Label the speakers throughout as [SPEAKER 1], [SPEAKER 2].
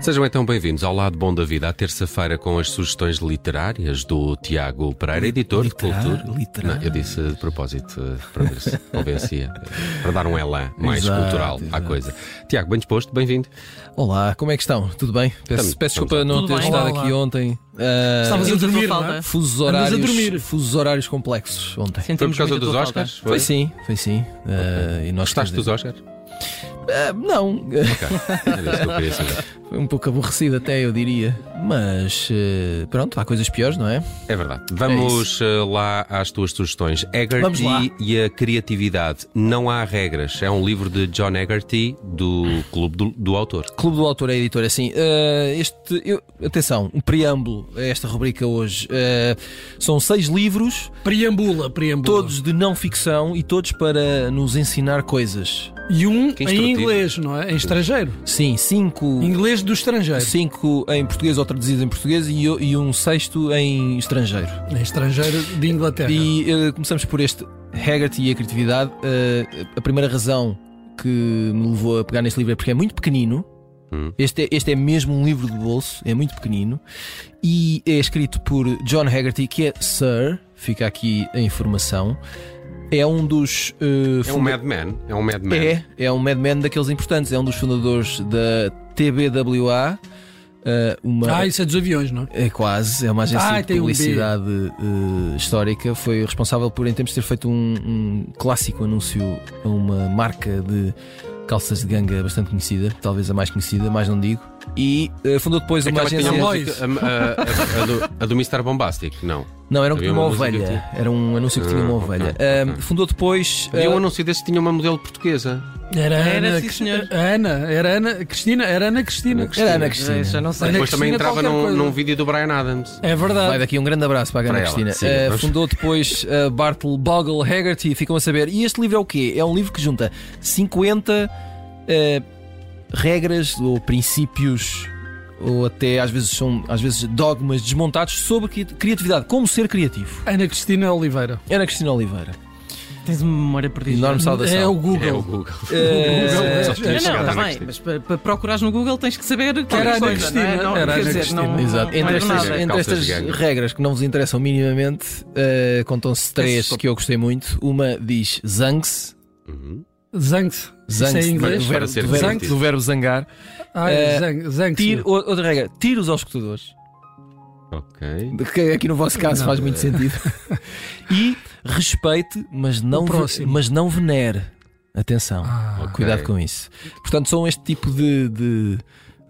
[SPEAKER 1] Sejam então bem-vindos ao Lado Bom da Vida, à terça-feira, com as sugestões literárias do Tiago Pereira, editor
[SPEAKER 2] Literar-
[SPEAKER 1] de cultura.
[SPEAKER 2] literar.
[SPEAKER 1] Não, eu disse de propósito, eh, para ver se convencia, eh, para dar um elan mais
[SPEAKER 2] Exato,
[SPEAKER 1] cultural à
[SPEAKER 2] exato.
[SPEAKER 1] coisa. Tiago, bem disposto, bem-vindo.
[SPEAKER 3] Olá, como é que estão? Tudo bem?
[SPEAKER 1] Estamos-
[SPEAKER 3] Peço, peço
[SPEAKER 1] estamos
[SPEAKER 3] desculpa
[SPEAKER 1] bem.
[SPEAKER 3] não
[SPEAKER 4] Tudo
[SPEAKER 3] ter
[SPEAKER 4] bem.
[SPEAKER 3] estado
[SPEAKER 4] Olá.
[SPEAKER 3] aqui ontem. Ah,
[SPEAKER 2] Estavas a
[SPEAKER 4] Sentimos a
[SPEAKER 2] dormir,
[SPEAKER 4] tua
[SPEAKER 2] não é?
[SPEAKER 4] falta.
[SPEAKER 3] fusos
[SPEAKER 2] Andas a dormir.
[SPEAKER 3] horários, fusos horários complexos ontem.
[SPEAKER 1] Foi por
[SPEAKER 4] Sentimos
[SPEAKER 1] causa
[SPEAKER 4] muito a
[SPEAKER 1] dos
[SPEAKER 4] tua
[SPEAKER 1] Oscars?
[SPEAKER 4] falta.
[SPEAKER 3] tá? Foi sim, foi sim. Ah, e nós
[SPEAKER 1] Gostaste dos Oscars?
[SPEAKER 3] Ah, não,
[SPEAKER 1] Ok, era isso que eu queria saber.
[SPEAKER 3] foi um pouco aborrecido até, eu diria. Mas eh, pronto, há coisas piores, não é?
[SPEAKER 1] É verdade. Vamos eh, lá às tuas sugestões. Egerty
[SPEAKER 3] Vamos lá.
[SPEAKER 1] e a criatividade. Não há regras. É um livro de John Egerty, do clube do, do autor.
[SPEAKER 3] Clube do Autor é editor, assim. eh, este, eu- atenção, um preâmbulo a esta rubrica hoje. Eh, são seis livros,
[SPEAKER 2] Preambula, preambula.
[SPEAKER 3] todos de não ficção e todos para nos ensinar coisas.
[SPEAKER 2] E um
[SPEAKER 1] Que
[SPEAKER 2] em
[SPEAKER 1] instrutivo.
[SPEAKER 2] inglês, não é? Em estrangeiro.
[SPEAKER 3] Sim, cinco.
[SPEAKER 2] Inglês do estrangeiro.
[SPEAKER 3] Cinco em português ou traduzido em português e, e um sexto em estrangeiro.
[SPEAKER 2] Em estrangeiro de Inglaterra.
[SPEAKER 3] E eh, começamos por este Haggerty e a criatividade. Eh, a primeira razão que me levou a pegar neste livro é porque é muito pequenino.
[SPEAKER 1] Hum.
[SPEAKER 3] Este, é, este é mesmo um livro de bolso, é muito pequenino e é escrito por John Haggerty, que é Sir, fica aqui a informação. É um dos eh,
[SPEAKER 1] É um
[SPEAKER 3] funda-
[SPEAKER 1] madman. É um madman.
[SPEAKER 3] é, é um madman daqueles importantes, é um dos fundadores da TBWA, eh, uma
[SPEAKER 2] Ah, isso é dos aviões, não é?
[SPEAKER 3] é quase, é uma agência
[SPEAKER 2] Ah,
[SPEAKER 3] de
[SPEAKER 2] tem um B.
[SPEAKER 3] publicidade eh, histórica. Foi responsável por, em tempos, ter feito um, um clássico anúncio a uma marca de calças de ganga bastante conhecida, talvez a mais conhecida, mais não digo. E eh, fundou depois uma
[SPEAKER 1] Aquela É que
[SPEAKER 3] agência.
[SPEAKER 1] tinha a
[SPEAKER 2] Boys.
[SPEAKER 1] música, a, a- a- a do, a do Mr. Bombastic, não.
[SPEAKER 3] Não, era um que
[SPEAKER 1] Havia
[SPEAKER 3] tinha uma,
[SPEAKER 1] uma música que
[SPEAKER 3] ovelha. Era um anúncio que tinha
[SPEAKER 1] Ah,
[SPEAKER 3] uma
[SPEAKER 1] ok,
[SPEAKER 3] ovelha.
[SPEAKER 1] ok.
[SPEAKER 3] Ahm, fundou depois.
[SPEAKER 1] Havia
[SPEAKER 3] eh,
[SPEAKER 1] um anúncio desse que tinha uma modelo portuguesa.
[SPEAKER 2] é? Era
[SPEAKER 4] Era,
[SPEAKER 2] Ana,
[SPEAKER 4] sim,
[SPEAKER 2] Cris-
[SPEAKER 4] senhor.
[SPEAKER 2] Ana, era Ana Cristina, era Ana Cristina.
[SPEAKER 1] Ana
[SPEAKER 3] era a Ana
[SPEAKER 4] Eh,
[SPEAKER 3] Cristina.
[SPEAKER 4] Já não sei.
[SPEAKER 2] Ana
[SPEAKER 1] Depois também
[SPEAKER 2] Cristina
[SPEAKER 1] entrava
[SPEAKER 2] qualquer
[SPEAKER 1] num,
[SPEAKER 2] coisa.
[SPEAKER 1] num vídeo do Brian Adams.
[SPEAKER 2] É
[SPEAKER 3] Vai
[SPEAKER 2] verdade.
[SPEAKER 3] daqui um grande abraço para a Ana
[SPEAKER 1] Para ela,
[SPEAKER 3] Cristina.
[SPEAKER 1] sim,
[SPEAKER 3] Eh,
[SPEAKER 1] vamos-
[SPEAKER 3] fundou depois a Bartle Bogle Haggerty, ficam a saber. E este livro é o quê? É um livro que junta 50 eh, regras ou princípios ou até às vezes são às vezes dogmas desmontados sobre cri- criatividade, como ser criativo.
[SPEAKER 2] Ana Cristina Oliveira.
[SPEAKER 3] Ana Cristina Oliveira.
[SPEAKER 4] Tens uma memória perdida.
[SPEAKER 3] Enorme saudação.
[SPEAKER 2] É o Google.
[SPEAKER 1] É o Google.
[SPEAKER 3] Eh,
[SPEAKER 2] Google.
[SPEAKER 1] Só tinha
[SPEAKER 4] Não,
[SPEAKER 1] chegado
[SPEAKER 4] não,
[SPEAKER 1] à
[SPEAKER 4] tá
[SPEAKER 1] Ana
[SPEAKER 4] bem,
[SPEAKER 1] Cristina.
[SPEAKER 4] mas para, para procurares no Google tens que saber que
[SPEAKER 2] Era Ana
[SPEAKER 4] coisa,
[SPEAKER 2] Cristina,
[SPEAKER 4] Não, é?
[SPEAKER 2] era
[SPEAKER 4] não, quer
[SPEAKER 2] Ana
[SPEAKER 4] dizer,
[SPEAKER 2] Cristina.
[SPEAKER 4] não,
[SPEAKER 3] Exato. Entre
[SPEAKER 4] não é
[SPEAKER 3] estas,
[SPEAKER 4] nada.
[SPEAKER 1] é
[SPEAKER 3] entre
[SPEAKER 1] calças
[SPEAKER 3] estas
[SPEAKER 1] de gangue.
[SPEAKER 3] regras que não vos interessam minimamente, eh, contam-se três
[SPEAKER 4] Esses
[SPEAKER 3] que eu gostei muito. Uma diz Zangs,
[SPEAKER 1] Uhum.
[SPEAKER 2] Zanx. Isso é
[SPEAKER 3] Zangs,
[SPEAKER 2] em inglês?
[SPEAKER 3] do verbo-
[SPEAKER 1] Para ser
[SPEAKER 3] do verbo-
[SPEAKER 1] divertido.
[SPEAKER 3] do verbo zangar.
[SPEAKER 2] Ah,
[SPEAKER 1] é,
[SPEAKER 3] Eh,
[SPEAKER 2] Zanx. Zanx.
[SPEAKER 3] Tiro- ou- outra regra, tiros aos escutadores.
[SPEAKER 1] Ok.
[SPEAKER 3] Que aqui no vosso caso
[SPEAKER 2] Não.
[SPEAKER 3] faz muito sentido. e respeite, mas não,
[SPEAKER 2] O
[SPEAKER 3] ve-
[SPEAKER 2] próximo.
[SPEAKER 3] mas não venere. Atenção,
[SPEAKER 2] Ah,
[SPEAKER 3] cuidado com isso. Portanto, são este tipo de, de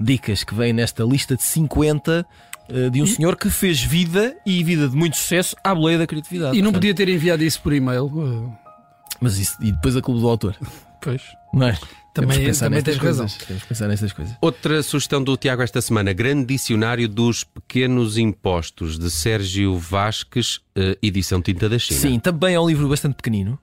[SPEAKER 3] dicas que vêm nesta lista de 50 eh, de um senhor que fez vida e vida de muito sucesso à boleia da criatividade.
[SPEAKER 2] E não
[SPEAKER 3] Portanto,
[SPEAKER 2] podia ter enviado isso por e-mail. eh,
[SPEAKER 3] Mas isso, e depois a clube do autor.
[SPEAKER 2] Pois.
[SPEAKER 3] Não é? Temos que
[SPEAKER 2] Também,
[SPEAKER 3] pensar
[SPEAKER 2] também
[SPEAKER 3] nestas
[SPEAKER 2] tens razão.
[SPEAKER 3] coisas. Temos que pensar nestas coisas.
[SPEAKER 1] Outra sugestão do Tiago esta semana: Grande Dicionário dos Pequenos Impostos, de Sérgio Vasques, eh, edição Tinta da China.
[SPEAKER 3] Sim, também é um livro bastante pequenino.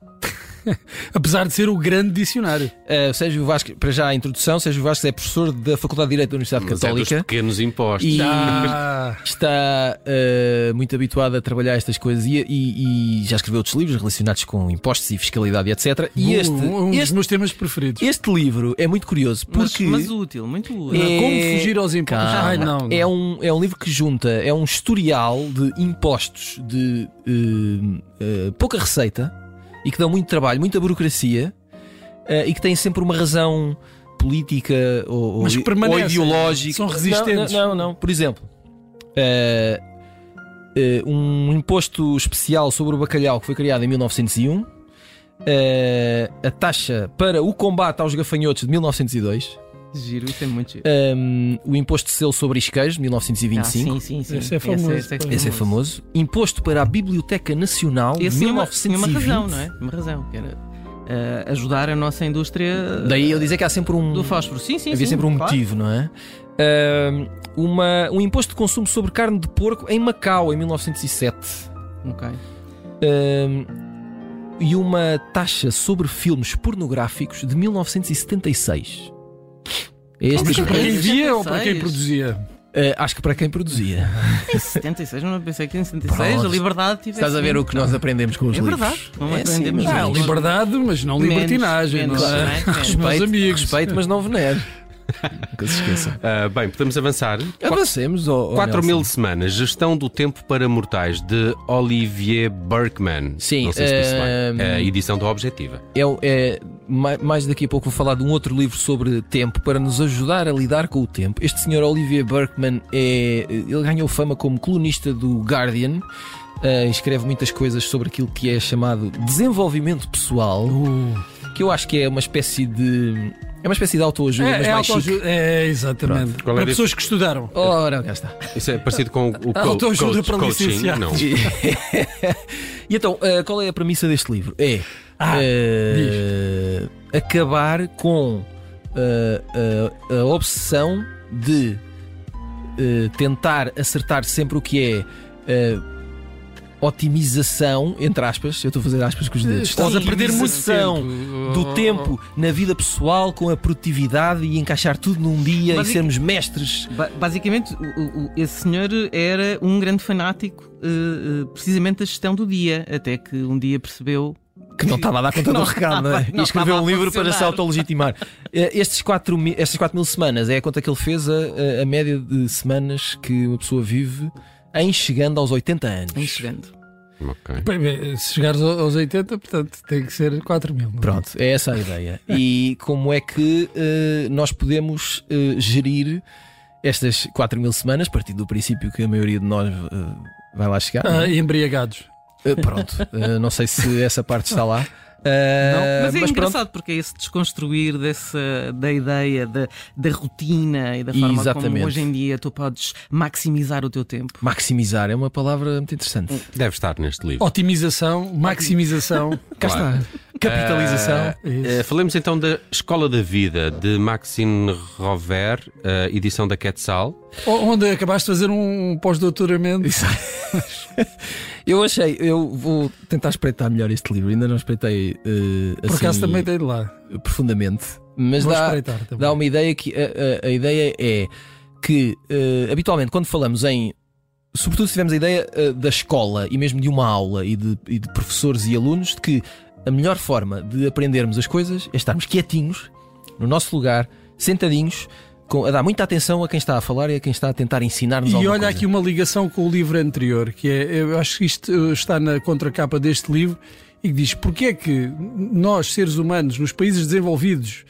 [SPEAKER 2] Apesar de ser o grande dicionário.
[SPEAKER 3] Uh, Sérgio Vasques, para já a introdução, Sérgio Vasques é professor da Faculdade de Direito da Universidade
[SPEAKER 1] Mas é dos
[SPEAKER 3] Católica
[SPEAKER 1] pequenos impostos.
[SPEAKER 3] e
[SPEAKER 2] Ah,
[SPEAKER 3] está uh, muito habituado a trabalhar estas coisas e, e- e já escreveu outros livros relacionados com impostos e fiscalidade, e etc. E
[SPEAKER 2] bom,
[SPEAKER 3] este,
[SPEAKER 2] um dos
[SPEAKER 3] este,
[SPEAKER 2] meus temas preferidos.
[SPEAKER 3] este livro é muito curioso
[SPEAKER 4] Mas,
[SPEAKER 3] porque
[SPEAKER 4] mas útil, muito útil.
[SPEAKER 3] É-
[SPEAKER 2] Como fugir aos impostos?
[SPEAKER 3] Calma.
[SPEAKER 2] Ai, Ah, não, não.
[SPEAKER 3] é, um, é um livro que junta, é um historial de impostos de uh, uh, pouca receita e que dão muito trabalho, muita burocracia uh, e que tem sempre uma razão política ou, ou-
[SPEAKER 2] Mas que permanecem,
[SPEAKER 3] ou ideológica.
[SPEAKER 2] são resistentes.
[SPEAKER 3] Não, não, não, não. Por exemplo, uh, uh, um imposto especial sobre o bacalhau que foi criado em 1901. uh, eh, a taxa para o combate aos gafanhotos de 1902,
[SPEAKER 4] Giro, isso é muito giro.
[SPEAKER 3] um, o imposto de selo sobre isqueiros, de 1925.
[SPEAKER 4] Ah, sim, sim, sim.
[SPEAKER 2] Esse é famoso.
[SPEAKER 3] Esse é famoso. Imposto para a Biblioteca Nacional de
[SPEAKER 4] Esse tinha uma,
[SPEAKER 3] 1920.
[SPEAKER 4] tinha uma razão, não é? Uma razão, que era eh, ajudar a nossa indústria eh,
[SPEAKER 3] Daí eu dizer que há sempre um,
[SPEAKER 4] do fósforo. Sim, sim,
[SPEAKER 3] havia
[SPEAKER 4] sim,
[SPEAKER 3] sempre um
[SPEAKER 4] claro.
[SPEAKER 3] motivo, não é? Um, uma, um imposto de consumo sobre carne de porco em Macau, em 1907.
[SPEAKER 4] Ok.
[SPEAKER 3] Um, e uma taxa sobre filmes pornográficos de 1976. É este
[SPEAKER 2] Mas
[SPEAKER 3] tipo
[SPEAKER 2] para
[SPEAKER 3] de-
[SPEAKER 2] quem
[SPEAKER 4] Sim,
[SPEAKER 2] via ou para
[SPEAKER 4] seis.
[SPEAKER 2] quem produzia?
[SPEAKER 3] Eh, acho que para quem produzia.
[SPEAKER 4] Em 76, não pensei que em 76
[SPEAKER 3] Pronto.
[SPEAKER 4] a liberdade tivesse.
[SPEAKER 3] Estás a ver o que nós aprendemos com os
[SPEAKER 4] É
[SPEAKER 3] livros.
[SPEAKER 4] verdade, não
[SPEAKER 3] sim,
[SPEAKER 4] aprendemos
[SPEAKER 3] mas é um
[SPEAKER 4] nada.
[SPEAKER 2] Ah,
[SPEAKER 3] não-
[SPEAKER 2] liberdade, mas não
[SPEAKER 4] Menos,
[SPEAKER 2] libertinagem.
[SPEAKER 4] menos,
[SPEAKER 2] não é?
[SPEAKER 4] não é?
[SPEAKER 2] Os
[SPEAKER 4] Menos.
[SPEAKER 2] meus
[SPEAKER 3] Respeito,
[SPEAKER 2] amigos.
[SPEAKER 3] respeito, mas não venero. Nunca se esqueça.
[SPEAKER 1] Ah, bem, podemos avançar.
[SPEAKER 3] Avancemos, ó- ó
[SPEAKER 1] 4 mil
[SPEAKER 3] Nelson.
[SPEAKER 1] semanas, gestão do tempo para mortais, de Olivier Berkman.
[SPEAKER 3] Sim,
[SPEAKER 1] Não sei se disse bem.
[SPEAKER 3] ehm,
[SPEAKER 1] A edição da Objetiva.
[SPEAKER 3] É o- é- ma- mais daqui a pouco vou falar de um outro livro sobre tempo para nos ajudar a lidar com o tempo. Este senhor Olivier Berkman é, ele ganhou fama como colunista do Guardian. eh, escreve muitas coisas sobre aquilo que é chamado desenvolvimento pessoal,
[SPEAKER 2] Uh,
[SPEAKER 3] que eu acho que é uma espécie de é uma espécie de autoajuda, mas
[SPEAKER 2] é, é,
[SPEAKER 3] mais chique.
[SPEAKER 2] autoajuda. é, exatamente.
[SPEAKER 1] Pronto. Qual é
[SPEAKER 2] Para
[SPEAKER 1] a dif-
[SPEAKER 2] pessoas que estudaram.
[SPEAKER 3] Ora, cá está.
[SPEAKER 1] Isso é parecido com o co
[SPEAKER 2] autoajuda
[SPEAKER 1] coach-
[SPEAKER 2] para
[SPEAKER 1] coaching.
[SPEAKER 2] licenciados.
[SPEAKER 1] Não.
[SPEAKER 3] E então, eh, qual é a premissa deste livro? É
[SPEAKER 2] Ah,
[SPEAKER 3] eh, acabar com eh, a- a obsessão de eh, tentar acertar sempre o que é eh, otimização, entre aspas, eu estou a fazer aspas com os dedos. Estás a perder muito tempo do tempo na vida pessoal com a produtividade e encaixar tudo num dia
[SPEAKER 4] Mas
[SPEAKER 3] e
[SPEAKER 4] e-
[SPEAKER 3] sermos mestres.
[SPEAKER 4] Ba- basicamente, o- o- o- esse senhor era um grande fanático, eh, eh, precisamente da gestão do dia, até que um dia percebeu.
[SPEAKER 3] Que não estava a dar conta do
[SPEAKER 4] Não
[SPEAKER 3] recado, não é?
[SPEAKER 4] estava-
[SPEAKER 3] E
[SPEAKER 4] não
[SPEAKER 3] escreveu
[SPEAKER 4] estava
[SPEAKER 3] um
[SPEAKER 4] a
[SPEAKER 3] livro para se
[SPEAKER 4] funcionar.
[SPEAKER 3] autolegitimar. Eh, Estes 4 mil, estas 4 mil semanas é a conta que ele fez, a, a média de semanas que uma pessoa vive em chegando aos 80
[SPEAKER 4] "Ai,
[SPEAKER 3] anos.
[SPEAKER 4] chegando.
[SPEAKER 1] Ok.
[SPEAKER 2] Bem, bem, se chegares ao- aos 80, portanto, tem que ser 4 mil. não é?
[SPEAKER 3] Pronto, é essa a ideia. E como é que eh, nós podemos eh, gerir estas 4 mil semanas, partindo do princípio que a maioria de nós eh, vai lá chegar? não
[SPEAKER 2] Ah,
[SPEAKER 3] é?
[SPEAKER 2] e embriagados.
[SPEAKER 3] Eh, pronto, eh, não sei se essa parte está lá. Eh,
[SPEAKER 4] Não, mas é
[SPEAKER 3] pronto,
[SPEAKER 4] engraçado porque é esse desconstruir dessa, da ideia da, da rotina e da
[SPEAKER 3] E
[SPEAKER 4] forma
[SPEAKER 3] exatamente.
[SPEAKER 4] como hoje em dia tu podes maximizar o teu tempo.
[SPEAKER 3] maximizar é uma palavra muito interessante.
[SPEAKER 1] Deve estar neste livro.
[SPEAKER 2] Otimização, maximização.
[SPEAKER 3] Cá
[SPEAKER 1] Claro.
[SPEAKER 3] está. Oh, Capitalização.
[SPEAKER 1] Ah, eh, falemos então da Escola da Vida, de Maxine Rover, eh, edição da Quetzal.
[SPEAKER 2] O- Onde acabaste de fazer um pós-doutoramento.
[SPEAKER 3] Eu achei, eu vou tentar espreitar melhor este livro. Ainda não espreitei eh,
[SPEAKER 2] Por acaso
[SPEAKER 3] assim,
[SPEAKER 2] também dei de lá.
[SPEAKER 3] profundamente, mas
[SPEAKER 2] Vou
[SPEAKER 3] dá,
[SPEAKER 2] espreitar também.
[SPEAKER 3] dá uma ideia que a, a- a ideia é que eh, habitualmente quando falamos em sobretudo se tivermos a ideia eh, da escola e mesmo de uma aula e de, e de professores e alunos de que a melhor forma de aprendermos as coisas é estarmos quietinhos no nosso lugar, sentadinhos, com- a dar muita atenção a quem está a falar e a quem está a tentar ensinar-nos
[SPEAKER 2] E
[SPEAKER 3] alguma
[SPEAKER 2] olha
[SPEAKER 3] coisa.
[SPEAKER 2] aqui uma ligação com o livro anterior, que é, eu acho que isto eh, está na contracapa deste livro e que diz porque é que nós, seres humanos, nos países desenvolvidos,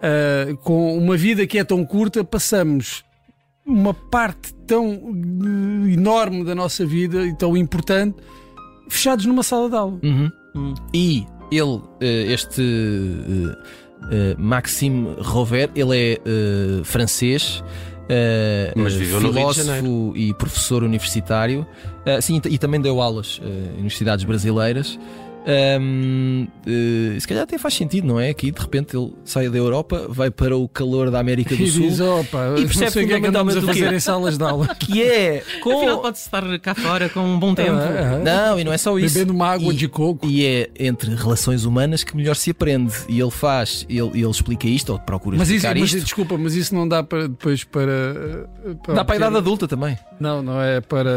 [SPEAKER 2] ah, com uma vida que é tão curta, passamos uma parte tão eh, enorme da nossa vida e tão importante fechados numa sala de aula.
[SPEAKER 3] Uhum.
[SPEAKER 4] Hum.
[SPEAKER 3] E ele, eh, este eh, eh, Maxime Rover, ele é eh, francês. eh,
[SPEAKER 1] Mas
[SPEAKER 3] eh,
[SPEAKER 1] viveu no Rio de
[SPEAKER 3] filósofo e professor universitário, Eh, sim, e também deu aulas eh, em universidades brasileiras. Ahm, eh, se calhar até faz sentido, não é? Aqui de repente ele sai da Europa, vai para o calor da América
[SPEAKER 2] E
[SPEAKER 3] do Sul,
[SPEAKER 2] diz, opa,
[SPEAKER 3] E
[SPEAKER 2] não
[SPEAKER 3] percebe
[SPEAKER 2] sei o que é que andamos
[SPEAKER 3] fundamentalmente
[SPEAKER 2] a
[SPEAKER 3] o quê?
[SPEAKER 2] fazer em salas de aula.
[SPEAKER 3] que é
[SPEAKER 4] Afinal,
[SPEAKER 3] com.
[SPEAKER 4] podes estar cá fora com um bom tempo.
[SPEAKER 2] Ah, ah,
[SPEAKER 3] Não, e não é só isso.
[SPEAKER 2] Bebendo uma água
[SPEAKER 3] E-
[SPEAKER 2] de coco.
[SPEAKER 3] E é entre relações humanas que melhor se aprende. E ele faz, ele, ele explica isto, ou procura
[SPEAKER 2] Mas isso,
[SPEAKER 3] explicar
[SPEAKER 2] mas,
[SPEAKER 3] isto.
[SPEAKER 2] desculpa, mas isso não dá para depois para. eh,
[SPEAKER 3] Dá para a
[SPEAKER 2] obter-
[SPEAKER 3] idade adulta também.
[SPEAKER 2] Não, não é para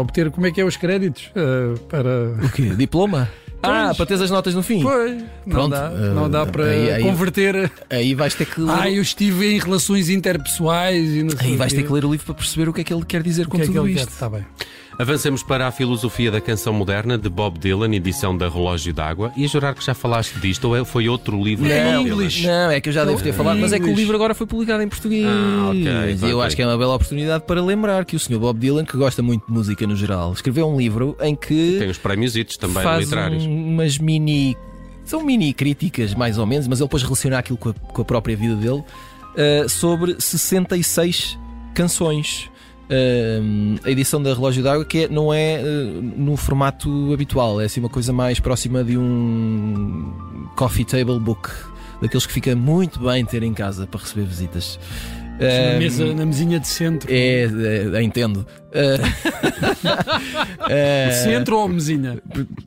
[SPEAKER 2] obter como é que é os créditos. eh, para.
[SPEAKER 3] O quê? Diploma? ah,
[SPEAKER 2] Pois.
[SPEAKER 3] para teres as notas no fim.
[SPEAKER 2] Pois, não
[SPEAKER 3] Pronto,
[SPEAKER 2] dá,
[SPEAKER 3] eh,
[SPEAKER 2] não dá para
[SPEAKER 3] aí- aí-
[SPEAKER 2] converter.
[SPEAKER 3] Aí vais ter que ler.
[SPEAKER 2] Ah, eu estive em relações interpessoais e não sei.
[SPEAKER 3] Aí
[SPEAKER 2] o
[SPEAKER 3] vais
[SPEAKER 2] quê.
[SPEAKER 3] ter que ler o livro para perceber o que é que ele quer dizer
[SPEAKER 2] O
[SPEAKER 3] com
[SPEAKER 2] que é que
[SPEAKER 3] tudo
[SPEAKER 2] ele quer?
[SPEAKER 3] isto.
[SPEAKER 2] Está bem.
[SPEAKER 1] Avancemos para a filosofia da canção moderna, de Bob Dylan, edição da Relógio d'Água. E a jurar que já falaste disto, ou é- foi outro livro de
[SPEAKER 2] Não.
[SPEAKER 1] Bob Dylan?
[SPEAKER 2] English.
[SPEAKER 3] Não, é que eu já devo ter falado, mas é que o
[SPEAKER 2] English.
[SPEAKER 3] livro agora foi publicado em português.
[SPEAKER 1] Ah, ok,
[SPEAKER 3] e eu
[SPEAKER 1] ok.
[SPEAKER 3] acho que é uma bela oportunidade para lembrar que o Sr. Bob Dylan, que gosta muito de música no geral, escreveu um livro em que
[SPEAKER 1] Tem os prémios itos também
[SPEAKER 3] faz
[SPEAKER 1] literários.
[SPEAKER 3] um- umas mini. São mini críticas, mais ou menos, mas ele depois relaciona aquilo com a, com a própria vida dele uh, sobre 66 canções. Um, a edição da Relógio d'Água que é- não é uh, no formato habitual, é assim uma coisa mais próxima de um coffee table book, daqueles que fica muito bem ter em casa para receber visitas.
[SPEAKER 2] na,
[SPEAKER 3] Um,
[SPEAKER 2] mesa, na mesinha de centro.
[SPEAKER 3] é, é, entendo. Uh,
[SPEAKER 2] De
[SPEAKER 3] uh,
[SPEAKER 2] Centro ou mesinha?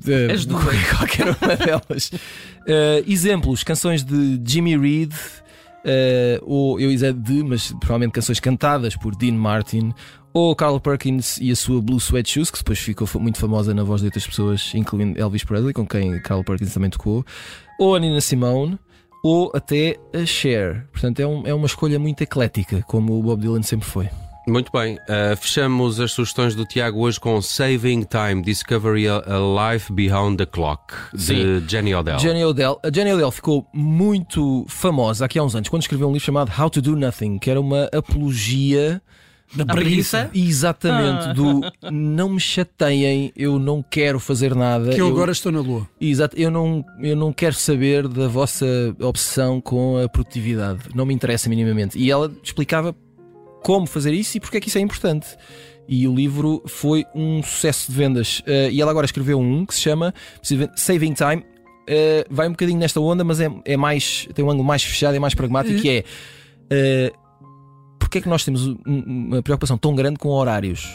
[SPEAKER 3] eh,
[SPEAKER 4] As duas.
[SPEAKER 3] Qualquer uma delas. Eh, exemplos: canções de Jimmy Reed, eh, ou eu usei de, mas provavelmente canções cantadas por Dean Martin, ou Carl Perkins e a sua Blue Sweat Shoes, que depois ficou fa- muito famosa na voz de outras pessoas, incluindo Elvis Presley, com quem Carl Perkins também tocou, ou a Nina Simone, ou até a Cher. Portanto, é, um- é uma escolha muito eclética, como o Bob Dylan sempre foi.
[SPEAKER 1] Muito bem, ah, fechamos as sugestões do Tiago hoje com Saving Time, Discovery a, a Life Beyond the Clock, de
[SPEAKER 3] Sim.
[SPEAKER 1] Jenny Odell.
[SPEAKER 3] Jenny Odell. A Jenny Odell ficou muito famosa aqui há uns anos quando escreveu um livro chamado How to Do Nothing, que era uma apologia
[SPEAKER 2] Da
[SPEAKER 4] A preguiça?
[SPEAKER 3] exatamente
[SPEAKER 4] Ah.
[SPEAKER 3] do não me chateiem, eu não quero fazer nada.
[SPEAKER 2] Que eu agora estou na lua.
[SPEAKER 3] Exato, eu não, eu não quero saber da vossa obsessão com a produtividade. Não me interessa minimamente. E ela explicava como fazer isso e porque é que isso é importante. E o livro foi um sucesso de vendas. Eh, e ela agora escreveu um que se chama Saving Time. Eh, vai um bocadinho nesta onda, mas é, é mais tem um ângulo mais fechado, é mais pragmático, que é eh, porque é que nós temos um- uma preocupação tão grande com horários?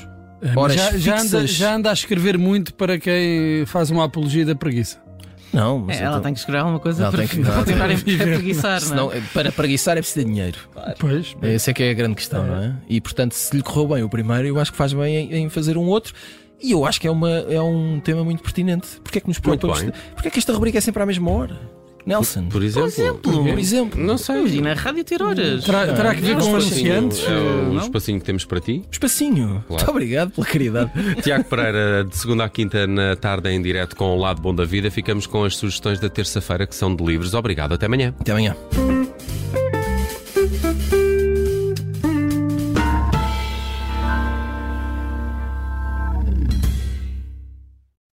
[SPEAKER 3] Horas
[SPEAKER 2] Eh, já, já anda,
[SPEAKER 3] fixas.
[SPEAKER 2] já anda a escrever muito para quem faz uma apologia da preguiça.
[SPEAKER 3] Não,
[SPEAKER 4] É,
[SPEAKER 3] mas
[SPEAKER 4] ela
[SPEAKER 3] então-
[SPEAKER 4] tem que escrever alguma coisa
[SPEAKER 3] Ela
[SPEAKER 4] para,
[SPEAKER 3] tem que- ela
[SPEAKER 4] para
[SPEAKER 3] tem-
[SPEAKER 4] tentar preguiçar, não
[SPEAKER 3] senão, eh, para preguiçar é preciso de dinheiro.
[SPEAKER 2] Pois.
[SPEAKER 3] Essa é que é a grande questão, não é? E portanto, se lhe correu bem o primeiro, eu acho que faz bem em, em fazer um outro. E eu acho que é, uma, é um tema muito pertinente. Porquê é que nos
[SPEAKER 1] Muito
[SPEAKER 3] preocupamos?
[SPEAKER 1] bem.
[SPEAKER 3] Porquê é que esta rubrica é sempre à mesma hora? Nelson, por,
[SPEAKER 1] Por exemplo,
[SPEAKER 3] exemplo,
[SPEAKER 1] não sei.
[SPEAKER 4] Imagina, a rádio ter horas.
[SPEAKER 3] eh,
[SPEAKER 2] Terá, terá que
[SPEAKER 1] É
[SPEAKER 2] ver
[SPEAKER 1] um
[SPEAKER 2] com
[SPEAKER 1] espacinho-
[SPEAKER 2] anunciantes?
[SPEAKER 1] é o
[SPEAKER 2] não?
[SPEAKER 1] espacinho que temos para ti.
[SPEAKER 3] espacinho. Muito obrigado pela caridade.
[SPEAKER 1] Tiago Pereira, de segunda à quinta na tarde em direto com o Lado Bom da Vida. Ficamos com as sugestões da terça-feira que são de livros. Obrigado, até amanhã.
[SPEAKER 3] Até amanhã.